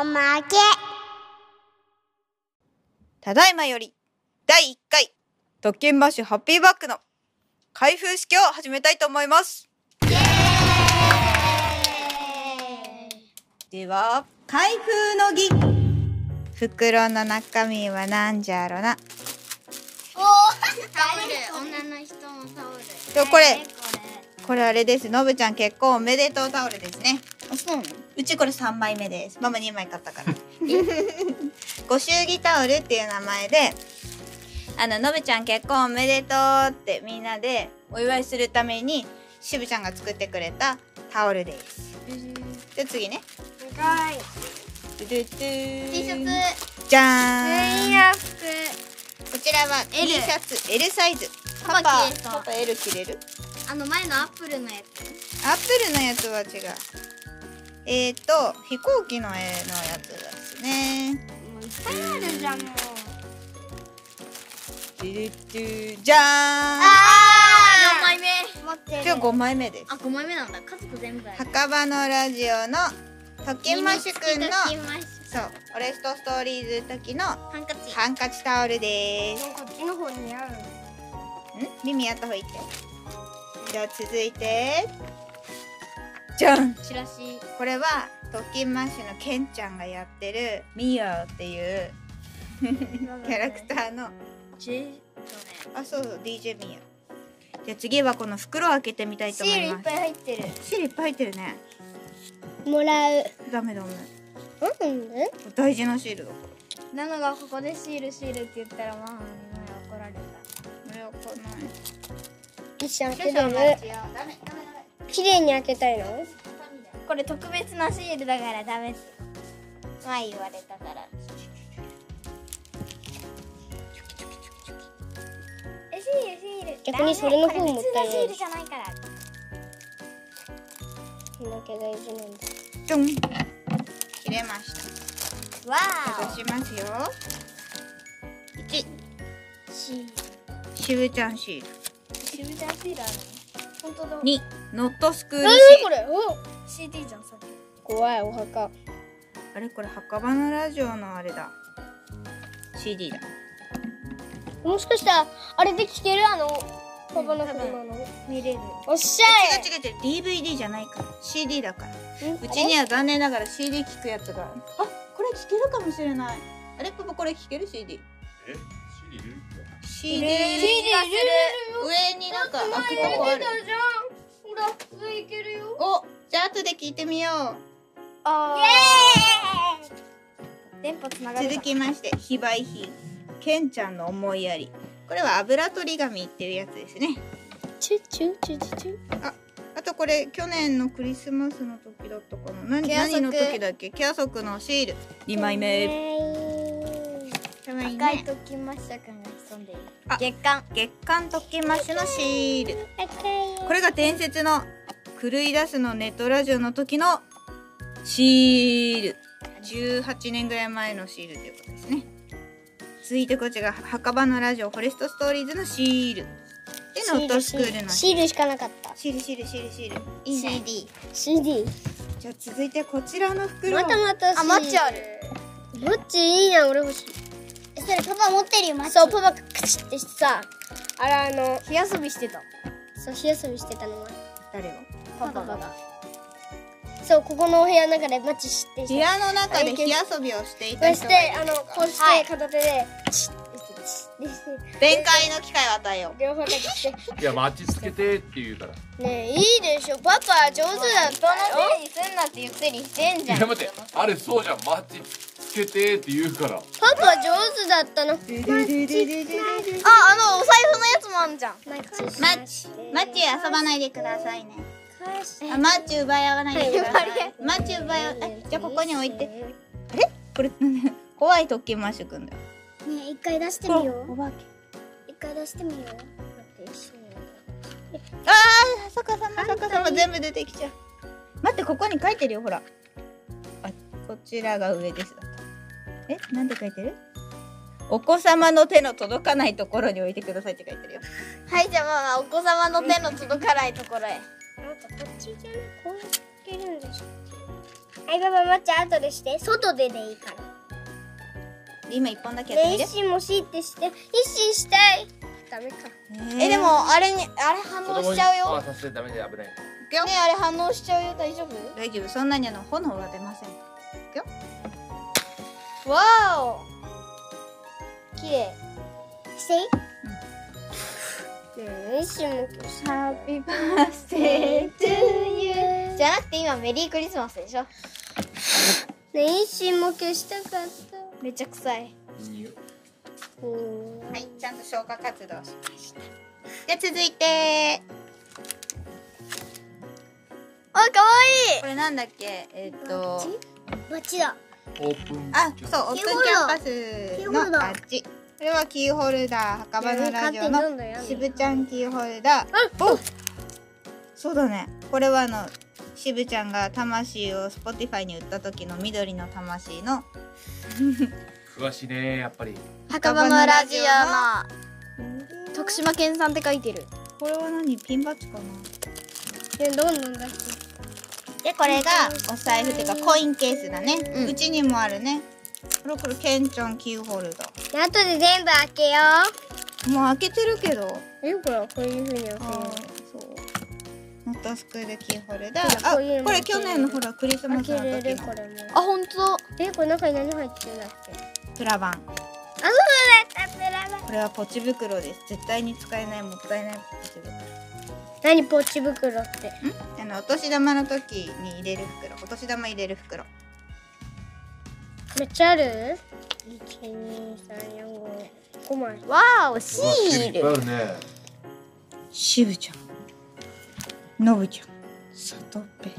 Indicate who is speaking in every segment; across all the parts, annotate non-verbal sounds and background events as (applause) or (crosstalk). Speaker 1: おまけ
Speaker 2: ただいまより、第1回、特権マッシュハッピーバックの開封式を始めたいと思います。では、開封の儀。袋の中身はなんじゃろな。
Speaker 1: おおタオル女の人のタオル
Speaker 2: でもこれこれあれです。のぶちゃん結婚おめでとうタオルですね。
Speaker 1: あ、そうなの
Speaker 2: うちこれ3枚目です。ママ2枚買ったから。 (laughs) ご祝儀タオルっていう名前で、あの、のぶちゃん結婚おめでとうってみんなでお祝いするために、しぶちゃんが作ってくれたタオルです。で、次ね。
Speaker 1: すごい
Speaker 2: ドゥドゥドゥ
Speaker 1: T シャツ
Speaker 2: じゃーん。
Speaker 1: ア服
Speaker 2: こちらは T
Speaker 1: L
Speaker 2: シャツ L サイズ。
Speaker 1: パパ着れそう
Speaker 2: パパ L 着れる
Speaker 1: あの前のアップルのやつ
Speaker 2: アップルのやつは違う。えっ、ー、と、飛行機の絵のやつですね。
Speaker 1: もういっぱいあるじゃんもう
Speaker 2: ドゥドゥドゥじゃーん。
Speaker 1: あー四枚目待って
Speaker 2: 今日5枚目です
Speaker 1: あ、五枚目なんだ家族全部ある
Speaker 2: 墓場のラジオの特権マッシュくん
Speaker 1: 耳
Speaker 2: の
Speaker 1: 付きと金マッシュ
Speaker 2: そうオレストストーリーズ時の
Speaker 1: ハンカチ
Speaker 2: ハンカチタオルですん
Speaker 1: こっちの方にある
Speaker 2: 耳やった方がいいってじゃあ続いてじゃん
Speaker 1: チラシ
Speaker 2: これは特権マッシュのケンちゃんがやってるミヤっていう
Speaker 1: (laughs) キ
Speaker 2: キャラクターの
Speaker 1: ジェね
Speaker 2: あそうそう DJ ミヤじゃあ次はこの袋を開けてみたいと思います
Speaker 1: い入ってる
Speaker 2: シールいっぱい入ってるね
Speaker 1: もらう
Speaker 2: ダメダメ
Speaker 1: うんで
Speaker 2: 大事なシールだから
Speaker 1: ナノがここでシールシールって言ったらママに怒られた
Speaker 2: これはこの
Speaker 1: 一緒に
Speaker 2: シュシャンは違うダメダメダメ
Speaker 1: 綺麗に開けたいのこれ特別なシールだからダメって前言われたからえシールシール
Speaker 3: 逆にそれの方もったいない
Speaker 1: ダメこれ普通のシールじゃないから
Speaker 3: 見なきゃ大事なんだ。
Speaker 2: じゃん切れました
Speaker 1: わ
Speaker 2: 外しますよ1
Speaker 1: おシール
Speaker 2: しぶちゃんシール
Speaker 1: シルちゃんシールあるね本当だ
Speaker 2: 2ノットスクールシ
Speaker 3: 何
Speaker 2: ー
Speaker 3: こ
Speaker 2: ル
Speaker 3: れ？お
Speaker 1: CD じゃんさっき
Speaker 3: 怖いお墓。
Speaker 2: あれこれ墓場のラジオのあれだ CD だ
Speaker 3: もしかしたらあれで聞けるあのパパの車の。
Speaker 1: 見れる
Speaker 3: おっし
Speaker 2: 違
Speaker 3: ゃい。
Speaker 2: う違う違う DVD じゃないから CD だから
Speaker 3: ん
Speaker 2: うちには残念ながら CD 聞くやつがあこれ聞けるかもしれないあれパパこれ聞ける CD
Speaker 4: えシリル
Speaker 2: CD
Speaker 1: いる
Speaker 2: 上になんか開くとこある
Speaker 3: じゃん。ほら上行けるよ。
Speaker 2: おじゃあ後で聞いてみよう
Speaker 1: あー電波つながる
Speaker 2: 続きまして非売品ケンちゃんの思いやりこれは油取り紙っていうやつですね
Speaker 3: チュチュチュチュチュ。
Speaker 2: あとこれ去年のクリスマスの時だったかな何
Speaker 1: ケアソ
Speaker 2: 何
Speaker 1: ク
Speaker 2: の時だっけケアソクのシール2枚目かわいい
Speaker 1: 赤い
Speaker 2: ね
Speaker 1: ときましたくんが潜んでいる
Speaker 2: あ
Speaker 1: 月刊
Speaker 2: 月刊特権マッシュのシール
Speaker 3: 赤
Speaker 2: これが伝説の狂い出すのネットラジオの時のシール18年ぐらい前のシールということですね続いてこちらが墓場のラジオフォレストストーリーズのシールでノットスクールの
Speaker 3: シールしかなかった。
Speaker 2: シールシールシールシールいいね
Speaker 1: CD
Speaker 3: CD。
Speaker 2: じゃあ続いてこちらの袋
Speaker 3: またまたシール。
Speaker 1: あマッチある
Speaker 3: マッチいいな俺欲しい。
Speaker 1: えそれパパ持ってるよマッチ
Speaker 3: そうパパカチってしてさ、あれあの
Speaker 1: 火遊びしてた
Speaker 3: そう火遊びしてたの前。
Speaker 2: 誰が
Speaker 1: パパが
Speaker 3: そうここのお部屋の中でマッチして
Speaker 2: 部
Speaker 3: して。
Speaker 2: 屋の中で火遊びをしていた
Speaker 3: そ
Speaker 2: 人
Speaker 3: し
Speaker 2: が
Speaker 3: てあのこうし
Speaker 1: はい
Speaker 3: て片手でチッてしてチッてして
Speaker 2: 弁解の機会を与えよ
Speaker 3: 両方だけして。
Speaker 4: いや待ちつけてって言うから
Speaker 3: ねえいいでしょパパ上手だったよ。
Speaker 1: せいにすんなって言ったりしてん
Speaker 4: いや待ってあれそうじゃん待ちつけてって言うか
Speaker 3: パ
Speaker 4: ら
Speaker 3: パ上手だったの。
Speaker 2: うマッチ
Speaker 1: ああのお財布のやつもあんじゃん
Speaker 3: マッチ
Speaker 2: マッチマッチ遊ばないでくださいね
Speaker 3: 返して。
Speaker 2: あマッチ奪い合わないでくだ (laughs) さいマッチ奪い合わえじゃあここに置いてあれこれ (laughs) 怖い特権マッシュくんだよ
Speaker 3: ねえ一回出して
Speaker 2: お化け
Speaker 3: 一回出してみよう。
Speaker 2: ああ逆さま逆さま全部出てきちゃう待ってここに書いてるよほらあこちらが上ですえなんて書いてるお子様の手の届かないところに置いてくださいって書いてるよ
Speaker 1: はいじゃあママお子様の手の届かないところへ
Speaker 3: なんかこっちじゃねこういけるんでしょ。いパパ待っちゃ後でして外ででいいから
Speaker 2: 今一本だけやって
Speaker 3: ね
Speaker 2: み
Speaker 3: 一
Speaker 2: る
Speaker 3: 心もしってして一心したいダメか
Speaker 1: えでもあれにあれ反応しちゃうよ
Speaker 4: あ、させてダメで危ない。
Speaker 2: いくよ
Speaker 1: ねあれ反応しちゃうよ大丈夫
Speaker 2: 大丈夫そんなにあの炎は出ません
Speaker 1: わお綺麗
Speaker 3: していいねえ一心も
Speaker 2: ハッピーバースデー
Speaker 1: じゃなくて今メリークリスマスでしょ
Speaker 3: ねえ一心も消したかった
Speaker 1: めっちゃ臭い
Speaker 4: 匂い
Speaker 3: うん
Speaker 2: はいちゃんと消火活動しましたじゃあ続いて
Speaker 1: あかわい
Speaker 2: これなんだっけえっ、と
Speaker 3: バチだ
Speaker 4: オープン。
Speaker 2: あそうオープン
Speaker 3: キ
Speaker 2: キ
Speaker 3: ーホル
Speaker 2: ャンパ
Speaker 3: キ
Speaker 2: ス
Speaker 3: ーホルダ
Speaker 2: の
Speaker 3: ー
Speaker 2: あっちこれはキーホルダー墓場のラジオのしぶちゃんキーホルダーおそうだねこれはあのしぶちゃんが魂を Spotify に売った時の緑の魂の
Speaker 4: 詳しいね、やっぱり。
Speaker 1: 墓場のラジオの徳島県産って書いてる
Speaker 2: これは何ピンバッジかな
Speaker 3: えどんどん出して
Speaker 2: でこれがお財布っていうかコインケースだね、
Speaker 1: う
Speaker 2: う
Speaker 1: ん
Speaker 2: ちにもあるねこれこれケンちゃんキーホルダー
Speaker 3: あとで全部開けよ
Speaker 2: もう開けてるけど
Speaker 3: うえほらこういうふうに開ける
Speaker 2: あーそうノットスクールキーホルダ
Speaker 3: ほ
Speaker 2: ー
Speaker 3: ら
Speaker 2: あ
Speaker 3: こういうの
Speaker 2: これ去年のほらクリスマ
Speaker 3: 開
Speaker 2: ス
Speaker 3: け
Speaker 2: の
Speaker 3: れ
Speaker 2: 時
Speaker 3: るこ
Speaker 2: の
Speaker 3: れも
Speaker 1: あ本当
Speaker 3: えこれ中に何入ってるんだっけ
Speaker 2: プラバン
Speaker 3: あそうだったプラだ
Speaker 2: これはポチ袋です絶対に使えないもったいないポチ袋
Speaker 3: 何ポチ袋って
Speaker 2: んあのお年玉の時に入れる袋お年玉入れる袋
Speaker 3: めっちゃある一二三四五五枚
Speaker 1: わおシール
Speaker 4: いあるね。
Speaker 2: しぶちゃんのぶちゃんさとぺ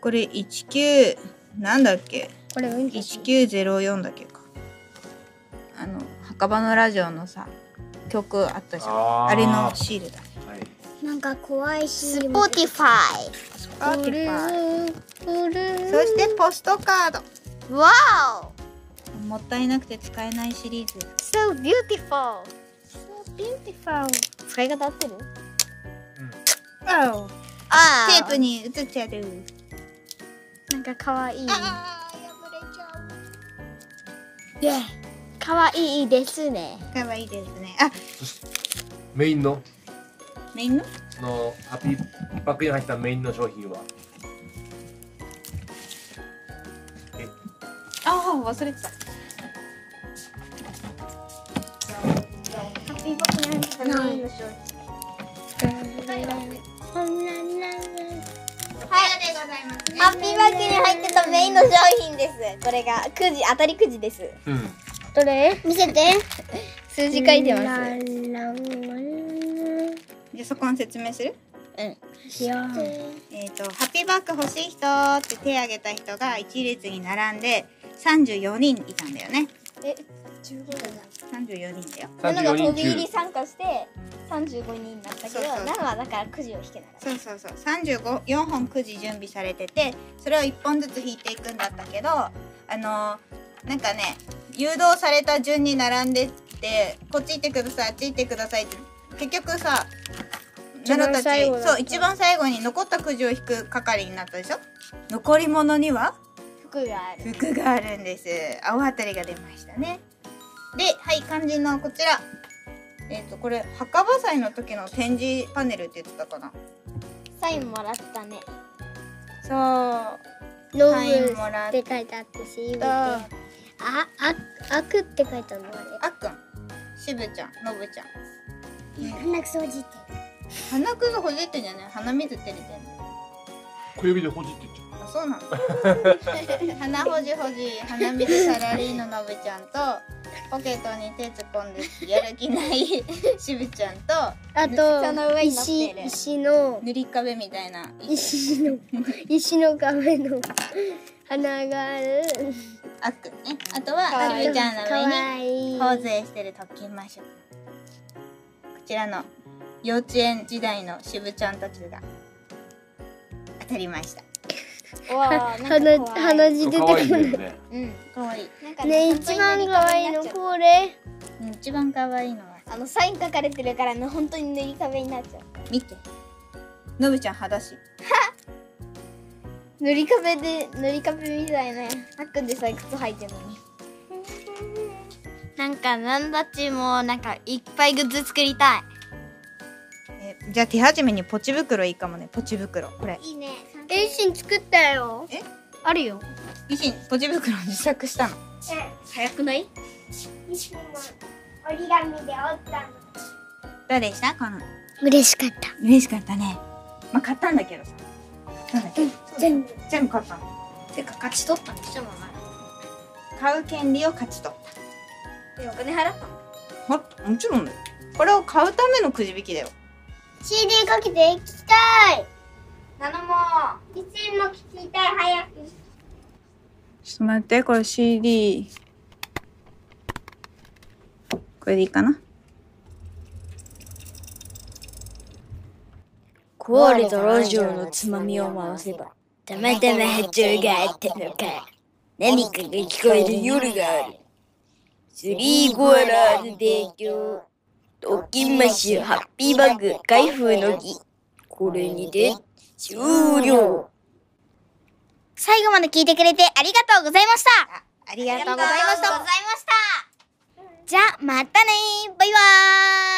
Speaker 2: これ19なんだっけ
Speaker 3: これうんち
Speaker 2: 1904だっけかあの墓場のラジオのさ曲あったじゃん
Speaker 4: あ
Speaker 2: あ
Speaker 4: ー
Speaker 2: れのシールだ
Speaker 4: はい。
Speaker 3: なんか怖いし
Speaker 1: スポティファ
Speaker 3: これはこれ
Speaker 2: そしてポストカード
Speaker 1: イわお
Speaker 2: もったいなくて使えないシリーズ
Speaker 1: So beautiful
Speaker 3: ビューティファル
Speaker 1: 使い方合ってる
Speaker 2: あ
Speaker 1: あ
Speaker 2: テープに映っちゃう
Speaker 1: なんかかわいい
Speaker 2: あ破れちゃ
Speaker 1: かわいいですね
Speaker 2: うかわいいですねあ
Speaker 4: メインの、
Speaker 2: メインの
Speaker 4: その、ハッピーバッグに入ったメインの商品は。
Speaker 2: ああ忘れてたはいでござい
Speaker 3: そんななんなん
Speaker 2: ますね
Speaker 1: ハッピーバッグに入ってたメインの商品ですこれがくじ当たりくじです
Speaker 4: うん。
Speaker 3: どれ見せて
Speaker 1: 数字書いてます
Speaker 2: じゃあそこの説明する
Speaker 3: いや
Speaker 2: えっ、とハッピーバッグ欲しい人って手挙げた人が一列に並んで34人いたんだよね
Speaker 1: え
Speaker 2: 34人だよ
Speaker 1: な
Speaker 4: 三
Speaker 1: の
Speaker 4: 十
Speaker 1: が
Speaker 4: 四
Speaker 1: 飛
Speaker 4: 人
Speaker 1: び入り
Speaker 4: 中。
Speaker 1: 参加して35人になったけ
Speaker 2: そ
Speaker 1: ど
Speaker 2: うそうそう
Speaker 1: なのはだからくじを引けな (laughs) かっ
Speaker 2: そうそうそう354本くじ準備されててそれを1本ずつ引いていくんだったけどあのなんかね誘導された順に並んでってこっち行ってくださいあっち行ってくださいって結局さ
Speaker 3: 一番
Speaker 2: ナロた
Speaker 3: 最後
Speaker 2: ち
Speaker 3: だった
Speaker 2: そう一番最後に残ったくじを引く係になったでしょ残り物には
Speaker 1: た服がある
Speaker 2: 服があるんです青あたりが出ましたねではい肝心のこちらえっ、とこれ墓場祭の時の展示パネルって言ってたかな
Speaker 1: サインもらったね
Speaker 2: そう
Speaker 3: ノ
Speaker 2: サインもらっ
Speaker 3: ーブって書いてあってシールで
Speaker 2: た
Speaker 3: あ、あ、あくって書いてあるのあれ
Speaker 2: あっくんしぶちゃんのぶちゃん
Speaker 3: 鼻くそじって
Speaker 2: 鼻くそほじってんじゃない鼻水照れてんの
Speaker 4: 小指でほじってっちゃう。
Speaker 2: あそうなの鼻ほじほじ鼻水サラリーののぶちゃんとポケットに手突っ込んでやる気ないしぶちゃんと
Speaker 3: あ
Speaker 1: その
Speaker 3: と
Speaker 1: 上に乗って
Speaker 3: 石
Speaker 1: る
Speaker 3: 石の
Speaker 2: 塗り壁みたいな
Speaker 3: 石の石の壁の鼻がある
Speaker 2: あっくんねあと
Speaker 1: か
Speaker 2: は
Speaker 1: わいい
Speaker 2: しぶちゃんの
Speaker 3: か
Speaker 2: 上に
Speaker 3: わいい
Speaker 2: 頬杖してる特訓マッシュこちらの幼稚園時代のしぶちゃんたちが当たりました
Speaker 1: うわあなん
Speaker 3: 鼻
Speaker 1: か怖い
Speaker 3: 鼻血出てこ
Speaker 4: 可
Speaker 3: な
Speaker 4: 愛
Speaker 3: い
Speaker 4: いよね。
Speaker 1: うん
Speaker 2: かわいい、
Speaker 1: なんか
Speaker 3: ね
Speaker 1: 本当
Speaker 3: 一
Speaker 1: に
Speaker 3: 番
Speaker 1: 何
Speaker 3: かわ
Speaker 1: か
Speaker 3: いい
Speaker 1: になっ
Speaker 3: の
Speaker 1: ちゃう
Speaker 3: これ
Speaker 2: うん一番かわいいのは
Speaker 1: あのサイン書かれてるからね本当に塗り壁になっちゃう
Speaker 2: 見てのぶちゃん裸足
Speaker 3: 塗り壁で塗り壁みたいねあっくんでさえ靴履いてるのになんかなんだっちもなんかいっぱいグッズ作りた
Speaker 2: えじゃあ手始めにポチ袋いいかもねポチ袋これ
Speaker 3: いいいね
Speaker 5: エイシン作ったよ
Speaker 2: え
Speaker 5: あるよ
Speaker 2: 維新ポチ袋自作したの
Speaker 3: 早くない
Speaker 5: 折り紙で折ったの
Speaker 2: どうでしたこの
Speaker 5: 嬉しかった
Speaker 2: 嬉しかったねまあ買ったんだけどさ買ったんだけど、全部全部買ったの
Speaker 3: てか勝ち取ったんでしょママ
Speaker 2: 買う権利を勝ち取っ
Speaker 3: でお金払ったの
Speaker 2: たももちろんだよこれを買うためのくじ引きだよ
Speaker 5: CD かけて聞きたい
Speaker 3: なのも
Speaker 5: いつも聞きたい早く
Speaker 2: ちょっと待ってこれ CD これでいいかな
Speaker 1: 壊れたラジオのつまみを回せば、たまたま波長があったのか、何かが聞こえる夜がある。スリーゴアラーズ提供、ドキマッシュハッピーバグ開封の儀。これにて終了。
Speaker 3: 最後まで聞いてくれてありがとうございましたあ
Speaker 2: ありが
Speaker 3: りがとうございましたじゃあまたねバイバーイ